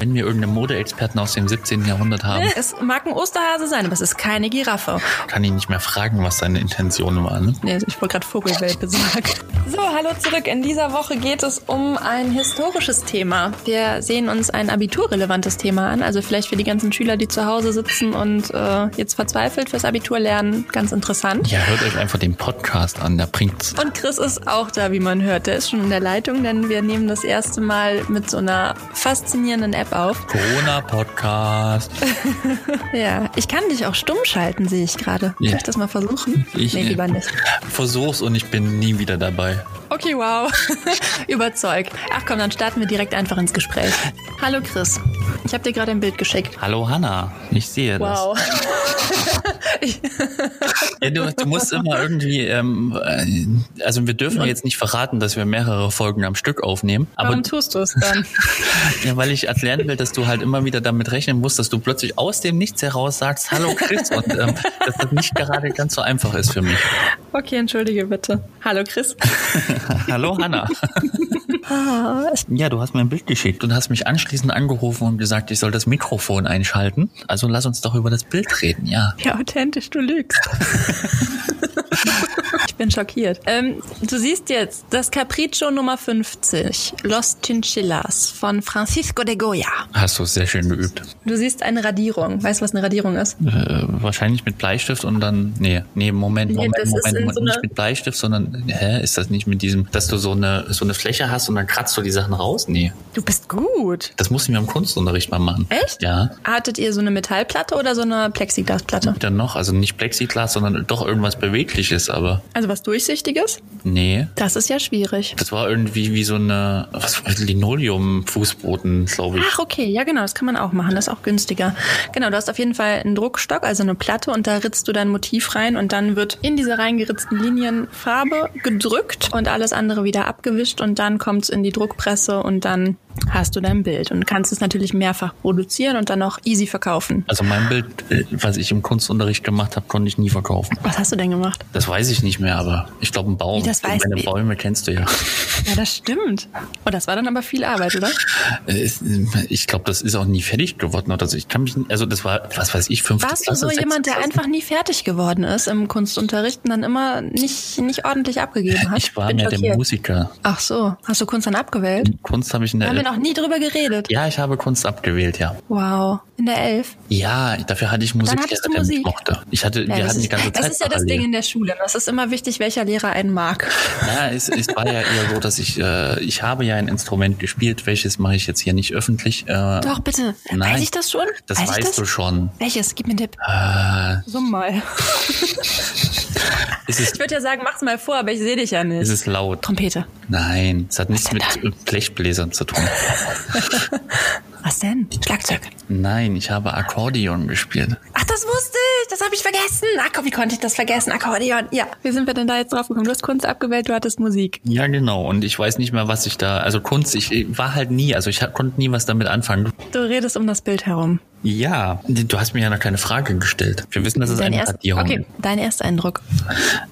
wenn wir irgendeinen Modeexperten aus dem 17. Jahrhundert haben, Es mag ein Osterhase sein, aber es ist keine Giraffe. kann ich nicht mehr fragen, was seine Intentionen waren. Ne? Nee, also ich wollte gerade Vogelwelpe sagen. So, hallo zurück. In dieser Woche geht es um ein historisches Thema. Wir sehen uns ein abiturrelevantes Thema an. Also vielleicht für die ganzen Schüler, die zu Hause sitzen und äh, jetzt verzweifelt fürs Abitur lernen, ganz interessant. Ja, hört euch einfach den Podcast an, da bringt's. Und Chris ist auch da, wie man hört. Der ist schon in der Leitung, denn wir nehmen das erste Mal mit so einer faszinierenden App auf. Corona-Podcast. Ja, ich kann dich auch stumm schalten, sehe ich gerade. Ja. Soll ich das mal versuchen? Ich- äh, nee, lieber nicht. Versuch's und ich bin nie wieder dabei. Okay, wow. Überzeugt. Ach komm, dann starten wir direkt einfach ins Gespräch. Hallo Chris. Ich habe dir gerade ein Bild geschickt. Hallo Hanna, ich sehe das. Wow. Ich, Ja, du, du musst immer irgendwie, ähm, äh, also wir dürfen jetzt nicht verraten, dass wir mehrere Folgen am Stück aufnehmen, aber warum tust du es dann? ja, weil ich erklären will, dass du halt immer wieder damit rechnen musst, dass du plötzlich aus dem Nichts heraus sagst, hallo Chris und ähm, dass das nicht gerade ganz so einfach ist für mich. Okay, entschuldige bitte. Hallo Chris. Hallo Hanna. Ah, ich- Ja, du hast mir ein Bild geschickt und hast mich anschließend angerufen und gesagt, ich soll das Mikrofon einschalten. Also lass uns doch über das Bild reden, ja. Wie authentisch du lügst. Ich bin schockiert. Ähm, du siehst jetzt das Capriccio Nummer 50, Los Chinchillas von Francisco de Goya. Hast du sehr schön geübt. Du siehst eine Radierung. Weißt du, was eine Radierung ist? Äh, wahrscheinlich mit Bleistift und dann. Nee, nee, Moment, Nee, Moment, das ist Moment, in Moment. so einer- nicht mit Bleistift, sondern hä, ist das nicht mit diesem, dass du so eine so eine Fläche hast und dann kratzt du die Sachen raus? Nee. Du bist gut. Das mussten wir im Kunstunterricht mal machen. Echt? Ja. Hattet ihr so eine Metallplatte oder so eine Plexiglasplatte? Dann noch, also nicht Plexiglas, sondern doch irgendwas Bewegliches, aber Also was Durchsichtiges? nee. Das ist ja schwierig. Das war irgendwie wie so eine was war das, Linoleum-Fußboden, glaube ich. Ach, okay, ja genau, das kann man auch machen, das ist auch günstiger. Genau, du hast auf jeden Fall einen Druckstock, also eine Platte und da ritzt du dein Motiv rein und dann wird in diese reingeritzten Linien Farbe gedrückt und alles andere wieder abgewischt und dann kommt es in die Druckpresse und dann hast du dein Bild und kannst es natürlich mehrfach produzieren und dann auch easy verkaufen. Also mein Bild, äh, was ich im Kunstunterricht gemacht habe, konnte ich nie verkaufen. Was hast du denn gemacht? Das weiß ich nicht mehr, aber ich glaube, ein Baum. Wie, das weiß- Meine Bäume kennst du ja. Ja, das stimmt. Oh, das war dann aber viel Arbeit, oder? Äh, es- Ich glaube, das ist auch nie fertig geworden. Oder so. Ich kann mich, nicht- also das war, was weiß ich, fünfte Warst du so sechste jemand, der Klasse. einfach nie fertig geworden ist im Kunstunterricht und dann immer nicht, nicht ordentlich abgegeben hat? Ich war Bin mehr der schockiert. Musiker. Ach so, hast du Kunst dann abgewählt? Kunst habe ich in der Haben wir Elf. noch nie drüber geredet. Ja, ich habe Kunst abgewählt, ja. Wow, in der Elf. Ja, dafür hatte ich Musik, hattest du der mich Musik. mochte. Ich hatte, Ja, wir das hatten die ist, ganze Zeit das ist ja das parallel. Ding in der Schule. Das ist immer wichtig, welcher Lehrer einen mag. Ja, es, es war ja eher so, dass ich, äh, ich habe ja ein Instrument gespielt, welches mache ich jetzt hier nicht öffentlich. Äh, Doch, bitte. Nein. Weiß ich das schon? Das weiß ich weißt das? du schon. Welches? Gib mir einen Tipp. Äh, Summ mal. ist, es, Ich würde ja sagen, mach's mal vor, aber ich sehe dich ja ist nicht. es laut? Trompete. Nein, es hat nichts denn mit Blechbläsern zu tun. Was denn? Schlagzeug. Nein, ich habe Akkordeon gespielt. Ach, das wusste ich. Das habe ich vergessen. Ach komm, wie konnte ich das vergessen? Akkordeon. Ja. Wie sind wir denn da jetzt drauf gekommen? Du hast Kunst abgewählt, du hattest Musik. Ja, genau. Und ich weiß nicht mehr, was ich da. Also Kunst, ich äh, war halt nie. Also ich ha- konnte nie was damit anfangen. Du redest um das Bild herum. Ja, du hast mir ja noch keine Frage gestellt. Wir wissen, dass es eine erst- Radierung okay, ist. dein Ersteindruck.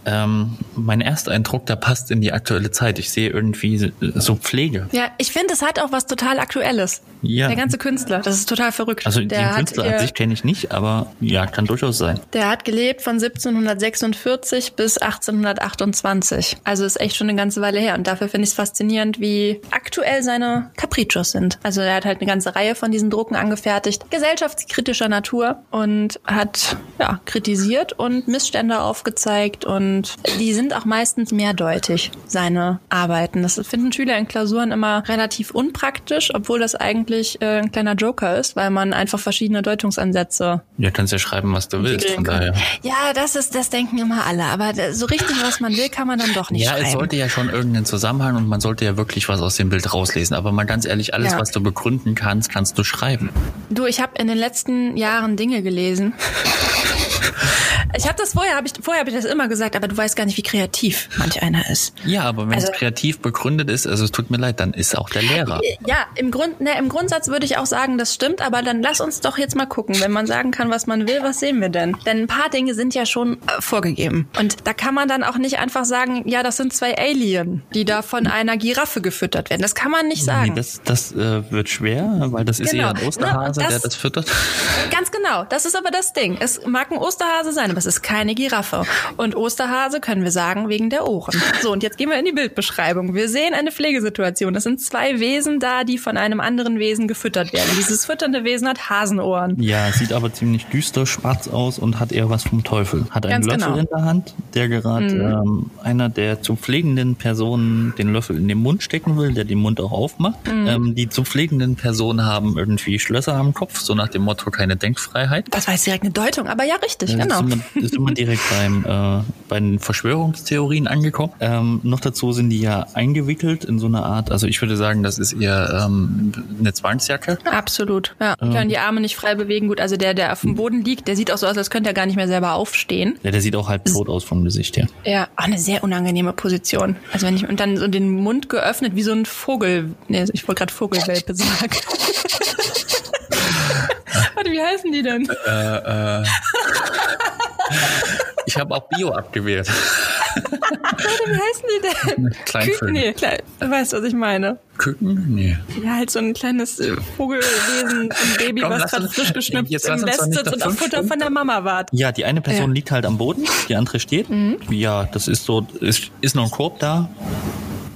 Ähm, mein Ersteindruck, der passt in die aktuelle Zeit. Ich sehe irgendwie so- so Pflege. Ja, ich finde, es hat auch was total Aktuelles. Ja. Der ganze Künstler, das ist total verrückt. Also der, den Künstler hat, an ihr- sich kenne ich nicht, aber ja, kann durchaus sein. der hat gelebt von 1746 bis 1828. Also ist echt schon eine ganze Weile her. Und dafür finde ich es faszinierend, wie aktuell seine Capriccios sind. Also er hat halt eine ganze Reihe von diesen Drucken angefertigt, gesellschaftskritischer Natur und hat ja, kritisiert und Missstände aufgezeigt. Und die sind auch meistens mehrdeutig, seine Arbeiten. Das finden Schüler in Klausuren immer relativ unpraktisch, obwohl das eigentlich äh, ein kleiner Joker ist, weil man einfach verschiedene Deutungsansätze Ja, kannst ja schreiben, was du willst. Von daher. entwickeln kann. Ja, das ist, das denken immer alle. Aber da- so richtig, was man will, kann man dann doch nicht Ja, es schreiben. sollte ja schon irgendeinen Zusammenhang und man sollte ja wirklich was aus dem Bild rauslesen. Aber mal ganz ehrlich, alles, Ja. was du begründen kannst, kannst du schreiben. Du, ich habe in den letzten Jahren Dinge gelesen. Ich habe das vorher, habe ich vorher habe ich das immer gesagt, aber du weißt gar nicht, wie kreativ manch einer ist. Ja, aber wenn Also- es kreativ begründet ist, also es tut mir leid, dann ist auch der Lehrer. Ja, im Grund, ne, im Grundsatz würde ich auch sagen, das stimmt, aber dann lass uns doch jetzt mal gucken, wenn man sagen kann, was man will, was sehen wir denn? Denn ein paar Dinge sind ja schon äh, vorgegeben und da kann man dann auch nicht einfach sagen, ja, das sind zwei Alien, die da von einer Giraffe gefüttert werden. Das kann man nicht sagen. Nee, das das äh, wird schwer, weil das ist Genau. eher ein Osterhase, Na, das- der das füttert. Ganz genau, das ist aber das Ding. Es mag ein Osterhase sein, aber es ist keine Giraffe. Und Osterhase können wir sagen wegen der Ohren. So, und jetzt gehen wir in die Bildbeschreibung. Wir sehen eine Pflegesituation. Es sind zwei Wesen da, die von einem anderen Wesen gefüttert werden. Dieses fütternde Wesen hat Hasenohren. Ja, sieht aber ziemlich düster, schwarz aus und hat eher was vom Teufel. Hat einen Ganz Löffel genau. Mhm. in der Hand, der gerade ähm, einer der zu pflegenden Personen den Löffel in den Mund stecken will, der den Mund auch aufmacht. Mhm. Ähm, die zu pflegenden Personen haben irgendwie Schlösser am Kopf, so nach dem Motto keine Denkfreiheit. Das war jetzt direkt eine Deutung, aber ja, richtig, Das genau. ist, immer, ist immer direkt beim, äh, bei den Verschwörungstheorien angekommen. Ähm, noch dazu sind die ja eingewickelt in so eine Art, also ich würde sagen, das ist eher ähm, eine Zwangsjacke. Absolut. Ja. Können die Arme nicht frei bewegen. Gut, also der, der auf dem Boden liegt, der sieht auch so aus, als könnte er gar nicht mehr selber aufstehen. Ja, der sieht auch halb tot aus vom Gesicht her. Ja, auch eine sehr unangenehme Position. Also wenn ich und dann so den Mund geöffnet wie so ein Vogel. Nee, ich wollte gerade Vogelwelpe sagen. Warte, wie heißen die denn? Äh. Ich habe auch Bio abgewählt. Warte, wie heißen die denn? Kleinvögel. Nee, klein, du weißt, was ich meine. Küken? Nee. Ja, halt so ein kleines äh, Vogelwesen, ein Baby, Komm, was lass gerade uns- frisch geschnüpft jetzt im lass uns doch nicht Westsitz noch und auf fünf Futter von der Mama wart. Ja, die eine Person Ja. Mhm. liegt halt am Boden, die andere steht. Ja, das ist so, ist, ist noch ein Korb da.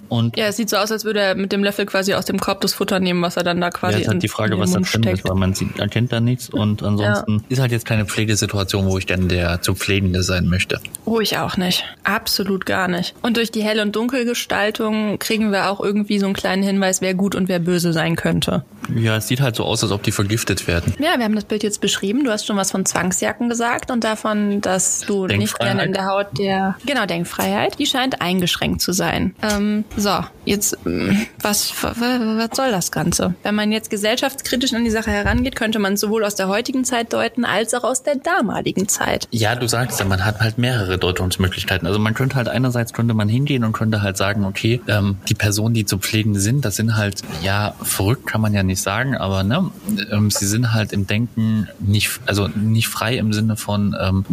Und Ja, es sieht so aus, als würde er mit dem Löffel quasi aus dem Korb das Futter nehmen, was er dann da ja, quasi jetzt hat die Frage, was da da drin ist, weil man sieht, erkennt da nichts. Und ansonsten ist halt jetzt keine Pflegesituation, wo ich denn der zu Pflegende sein möchte. Oh, ich auch nicht. Absolut gar nicht. Und durch die Hell- und Dunkelgestaltung kriegen wir auch irgendwie so einen kleinen Hinweis, wer gut und wer böse sein könnte. Ja, es sieht halt so aus, als ob die vergiftet werden. Ja, wir haben das Bild jetzt beschrieben. Du hast schon was von Zwangsjacken gesagt und davon, dass du nicht Denkfreiheit. gerne in der Haut der... Genau, Denkfreiheit. Die scheint eingeschränkt zu sein. Ähm, so, jetzt, ähm, was, wa- wa- was soll das Ganze? Wenn man jetzt gesellschaftskritisch an die Sache herangeht, könnte man es sowohl aus der heutigen Zeit deuten, als auch aus der damaligen Zeit. Ja, du sagst ja, man hat halt mehrere Deutungsmöglichkeiten. Also man könnte halt einerseits könnte man hingehen und könnte halt sagen, okay, ähm, die Personen, die zu pflegen sind, das sind halt, ja, verrückt kann man ja nicht sagen, aber ne, ähm, sie sind halt im Denken nicht, also nicht frei im Sinne von, ähm,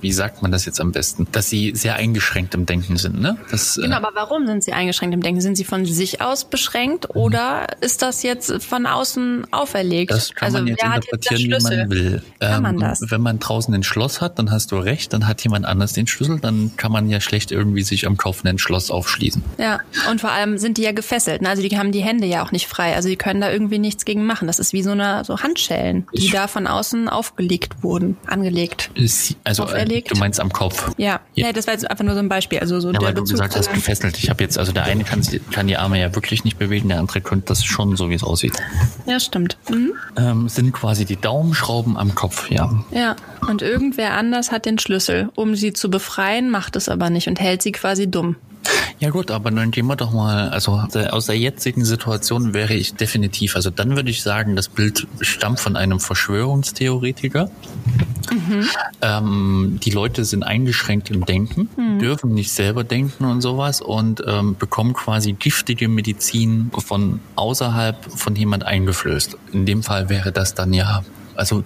wie sagt man das jetzt am besten, dass sie sehr eingeschränkt im Denken sind, ne? Das, äh, Genau, aber warum sind sie eingeschränkt im Denken? Sind sie von sich aus beschränkt Mhm. oder ist das jetzt von außen auferlegt? Also Das kann man jetzt interpretieren, wie man will. Ähm, Kann man das? Wenn man draußen ein Schloss hat, dann hast du recht, dann hat jemand anders den Schlüssel, dann kann man ja schlecht irgendwie sich am kaufenden Schloss aufschließen. Ja, und vor allem sind die ja gefesselt. ne? Also die haben die Hände ja auch nicht frei. Also die können da irgendwie nichts gegen machen. Das ist wie so eine so Handschellen, die Ich- da von außen aufgelegt wurden, angelegt. Ist- Also äh, Auferlegt? du meinst am Kopf. Ja, Ja. Nee, das war jetzt einfach nur so ein Beispiel. Also so Ja, der weil du Bezug. gesagt hast, gefesselt. Ich habe jetzt, also der eine kann, sie- kann die Arme ja wirklich nicht bewegen, der andere könnte das schon, so wie es aussieht. ja, stimmt. Mhm. Ähm, sind quasi die Daumenschrauben am Kopf, ja. Ja, und irgendwer anders hat den Schlüssel. Um sie zu befreien, macht es aber nicht und hält sie quasi dumm. Ja gut, aber dann gehen wir doch mal, also der- aus der jetzigen Situation wäre ich definitiv, also dann würde ich sagen, das Bild stammt von einem Verschwörungstheoretiker. Ähm, die Leute sind eingeschränkt im Denken, dürfen nicht selber denken und sowas und ähm, bekommen quasi giftige Medizin von außerhalb von jemand eingeflößt. In dem Fall wäre das dann ja. Also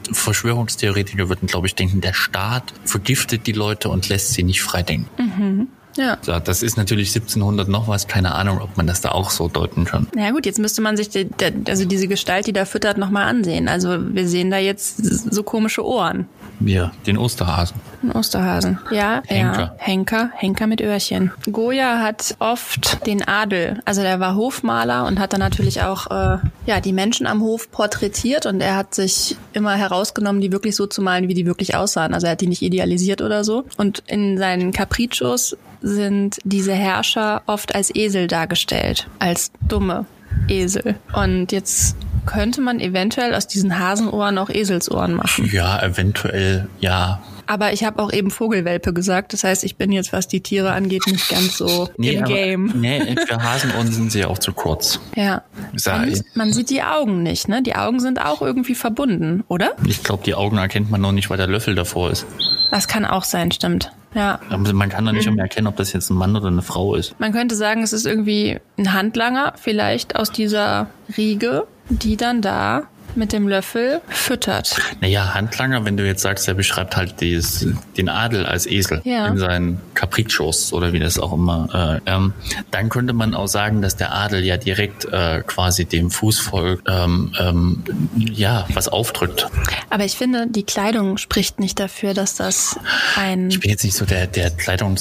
Verschwörungstheoretiker würden, glaube ich, denken, der Staat vergiftet die Leute und lässt sie nicht frei denken. Ja. So, das ist natürlich 1700 noch was, keine Ahnung, ob man das da auch so deuten kann. Na ja, gut, jetzt müsste man sich die, der, also diese Gestalt, die da füttert, nochmal ansehen. Also wir sehen da jetzt so komische Ohren. Ja, den Osterhasen. Ein Osterhasen. Ja, Henker. ja. Henker, Henker mit Öhrchen. Goya hat oft den Adel, also der war Hofmaler und hat dann natürlich auch äh, ja die Menschen am Hof porträtiert und er hat sich immer herausgenommen, die wirklich so zu malen, wie die wirklich aussahen. Also er hat die nicht idealisiert oder so. Und in seinen Capriccios sind diese Herrscher oft als Esel dargestellt, als dumme Esel. Und jetzt könnte man eventuell aus diesen Hasenohren auch Eselsohren machen. Ja, eventuell, ja. Aber ich habe auch eben Vogelwelpe gesagt. Das heißt, ich bin jetzt, was die Tiere angeht, nicht ganz so im aber- Game. Nee, für Hasenohren sind sie ja auch zu kurz. Ja. Sei. Man, man sieht die Augen nicht, ne? Die Augen sind auch irgendwie verbunden, oder? Ich glaube, die Augen erkennt man noch nicht, weil der Löffel davor ist. Das kann auch sein, stimmt. Ja. Aber man kann da nicht Hm. mehr erkennen, ob das jetzt ein Mann oder eine Frau ist. Man könnte sagen, es ist irgendwie ein Handlanger, vielleicht aus dieser Riege, die dann da mit dem Löffel füttert. Naja, Handlanger, wenn du jetzt sagst, der beschreibt halt dieses, den Adel als Esel Ja. in seinen Capriccios oder wie das auch immer, äh, ähm, dann könnte man auch sagen, dass der Adel ja direkt äh, quasi dem Fußvolk ähm, ähm, ja was aufdrückt. Aber ich finde, die Kleidung spricht nicht dafür, dass das ein. Ich bin jetzt nicht so der, der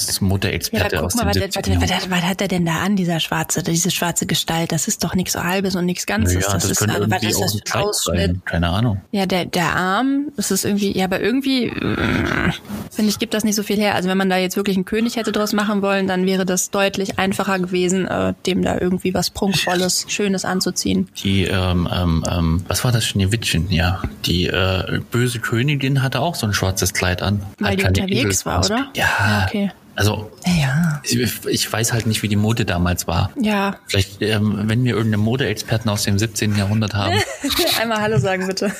Ja, aber Kleidungsmode-Experte aus guck mal, dem was, 70 was, was, was hat er denn da an, dieser schwarze, diese schwarze Gestalt? Das ist doch nichts so halbes und nichts Ganzes. Ja, das, ist könnte aber was irgendwie ist auch ein das für ein Kleid Ausschnitt? sein. Keine Ahnung. Ja, der, der Arm, das ist irgendwie, ja, aber irgendwie, äh, finde ich, gibt das nicht so viel her. Also wenn man da jetzt wirklich einen König hätte draus machen wollen, dann wäre das deutlich einfacher gewesen, äh, dem da irgendwie was Prunkvolles, Schönes anzuziehen. Die, ähm, ähm, ähm, was war das? Schneewittchen, ja. Die äh, böse Königin hatte auch so ein schwarzes Kleid an. Weil Hat die keine unterwegs war, Edelfaust. oder? Ja. Ja, okay. Also, Ja. ich, ich weiß halt nicht, wie die Mode damals war. Ja. Vielleicht, ähm, wenn wir irgendeinen Modeexperten aus dem 17. Jahrhundert haben. Einmal Hallo sagen, bitte.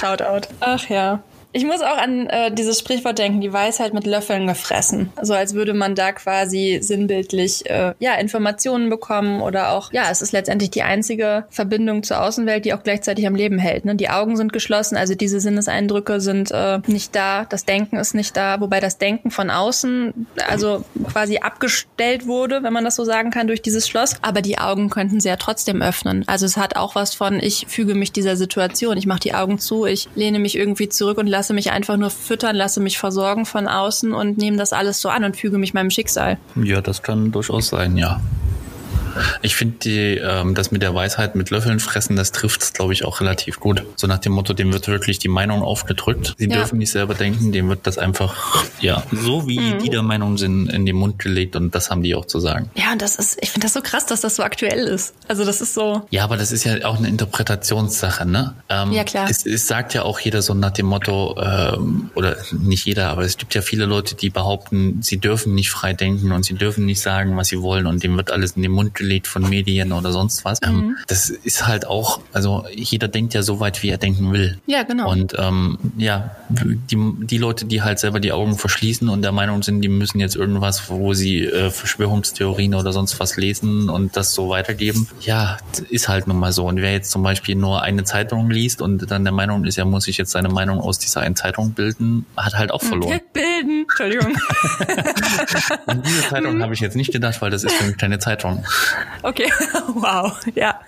Shoutout. Ach ja. Ich muss auch an äh, dieses Sprichwort denken, die Weisheit mit Löffeln gefressen. So als würde man da quasi sinnbildlich äh, ja, Informationen bekommen oder auch, ja, es ist letztendlich die einzige Verbindung zur Außenwelt, die auch gleichzeitig am Leben hält. Ne? Die Augen sind geschlossen, also diese Sinneseindrücke sind äh, nicht da, das Denken ist nicht da, wobei das Denken von außen also quasi abgestellt wurde, wenn man das so sagen kann, durch dieses Schloss. Aber die Augen könnten sie ja trotzdem öffnen. Also es hat auch was von, ich füge mich dieser Situation, ich mache die Augen zu, ich lehne mich irgendwie zurück und lasse mich einfach nur füttern, lasse mich versorgen von außen und nehme das alles so an und füge mich meinem Schicksal. Ja, das kann durchaus sein, ja. Ich finde die, ähm, das mit der Weisheit mit Löffeln fressen, das trifft's, glaube ich, auch relativ gut. So nach dem Motto, dem wird wirklich die Meinung aufgedrückt. Sie Ja. dürfen nicht selber denken, dem wird das einfach, ja, so wie die der Meinung sind, in den Mund gelegt und das haben die auch zu sagen. Ja, und das ist, ich finde das so krass, dass das so aktuell ist. Also das ist so. Ja, aber das ist ja auch eine Interpretationssache, ne? Ähm, Ja, klar. Es, es sagt ja auch jeder so nach dem Motto, ähm, oder nicht jeder, aber es gibt ja viele Leute, die behaupten, sie dürfen nicht frei denken und sie dürfen nicht sagen, was sie wollen und dem wird alles in den Mund gelegt von Medien oder sonst was. Mhm. Ähm, das ist halt auch, also jeder denkt ja so weit, wie er denken will. Ja, genau. Und ähm, ja, die, die Leute, die halt selber die Augen verschließen und der Meinung sind, die müssen jetzt irgendwas, wo sie äh, Verschwörungstheorien oder sonst was lesen und das so weitergeben, ja, das ist halt nun mal so. Und wer jetzt zum Beispiel nur eine Zeitung liest und dann der Meinung ist, er muss sich jetzt seine Meinung aus dieser einen Zeitung bilden, hat halt auch verloren. Bilden. Entschuldigung. An diese Zeitung habe ich jetzt nicht gedacht, weil das ist für mich keine Zeitung. Okay, wow, ja.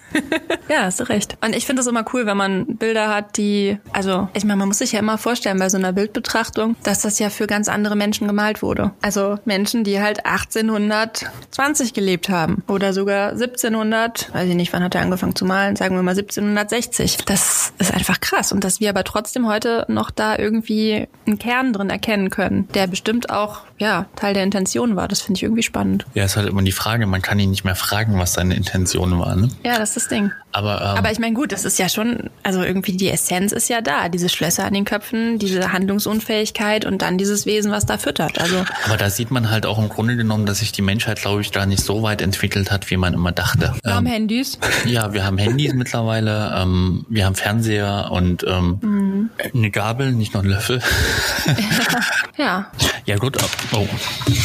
ja, hast du recht. Und ich finde es immer cool, wenn man Bilder hat, die, also ich meine, man muss sich ja immer vorstellen bei so einer Bildbetrachtung, dass das ja für ganz andere Menschen gemalt wurde. Also Menschen, die halt 1820 gelebt haben oder sogar 1700, weiß ich nicht, wann hat er angefangen zu malen, sagen wir mal 1760. Das ist einfach krass und dass wir aber trotzdem heute noch da irgendwie einen Kern drin erkennen können, der bestimmt auch, ja, Teil der Intention war. Das finde ich irgendwie spannend. Ja, ist halt immer die Frage, man kann ihn nicht mehr fragen, was seine Intention war. Ne? Ja, das ist das Ding. Aber, ähm, Aber ich meine, gut, das ist ja schon, also irgendwie die Essenz ist ja da. Diese Schlösser an den Köpfen, diese Handlungsunfähigkeit und dann dieses Wesen, was da füttert. Also, Aber da sieht man halt auch im Grunde genommen, dass sich die Menschheit, glaube ich, gar nicht so weit entwickelt hat, wie man immer dachte. wir haben Ähm, Handys. ja, wir haben Handys mittlerweile, ähm, wir haben Fernseher und ähm, eine Gabel, nicht nur einen Löffel. Ja. ja gut, ab- oh,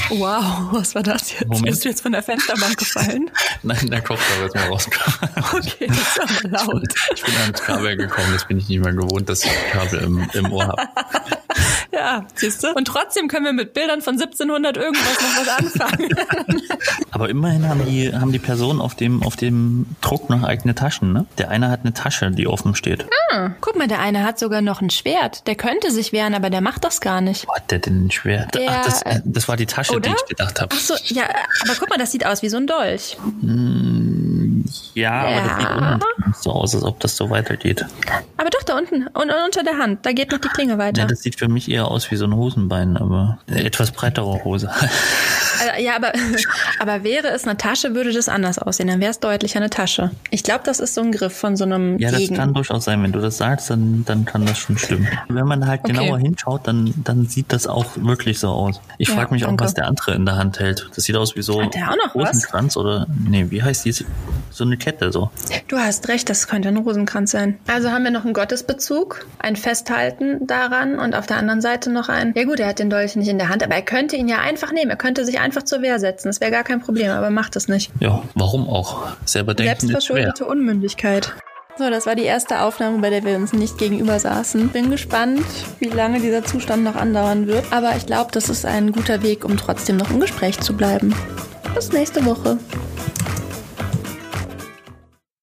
Wow, was war das jetzt? Moment. Bist du jetzt von der Fensterbank gefallen? nein, der Kopfhörer ist mal rausgekommen. Okay, das ist aber laut. Ich bin ans Kabel gekommen, das bin ich nicht mehr gewohnt, dass ich Kabel im, im Ohr habe. Ja, siehst du? Und trotzdem können wir mit Bildern von 1700 irgendwas noch was anfangen. Aber immerhin haben die, haben die Personen auf dem, auf dem Druck noch eigene Taschen, ne? Der eine hat eine Tasche, die offen steht. Guck mal, der eine hat sogar noch ein Schwert. Der könnte sich wehren, aber der macht das gar nicht. Wo hat der denn ein Schwert? Der- Ach, das, äh, das war die Tasche, die Oder? ich gedacht habe. Ach so, ja, aber guck mal, das sieht aus wie so ein Dolch. Ja, aber das sieht Ja. unten so aus, als ob das so weitergeht. Aber doch, da unten und, und unter der Hand, da geht noch die Klinge weiter. Ja, das sieht für mich eher aus wie so ein Hosenbein, aber eine etwas breitere Hose. Also, ja, aber, aber wäre es eine Tasche, würde das anders aussehen. Dann wäre es deutlicher eine Tasche. Ich glaube, das ist so ein Griff von so einem Ja, das Degen. kann durchaus sein. Wenn du das sagst, dann, dann kann das schon stimmen. Wenn man halt Okay. genauer hinschaut, dann, dann sieht das auch wirklich so aus. Ich Ja, frage mich danke. auch, was der andere in der Hand hält. Das sieht aus wie so Hat der auch noch was? Rosenkranz oder, nee, wie heißt die? So eine Kette so. Du hast recht, das könnte ein Rosenkranz sein. Also haben wir noch einen Gottesbezug, ein Festhalten daran und auf der anderen Seite noch ein. Ja gut, er hat den Dolch nicht in der Hand, aber er könnte ihn ja einfach nehmen. Er könnte sich einfach zur Wehr setzen. Das wäre gar kein Problem, aber er macht es nicht. Ja, warum auch? Selber denken ist schwer. Selbstverschuldete Unmündigkeit. So, das war die erste Aufnahme, bei der wir uns nicht gegenüber saßen. Bin gespannt, wie lange dieser Zustand noch andauern wird. Aber ich glaube, das ist ein guter Weg, um trotzdem noch im Gespräch zu bleiben. Bis nächste Woche.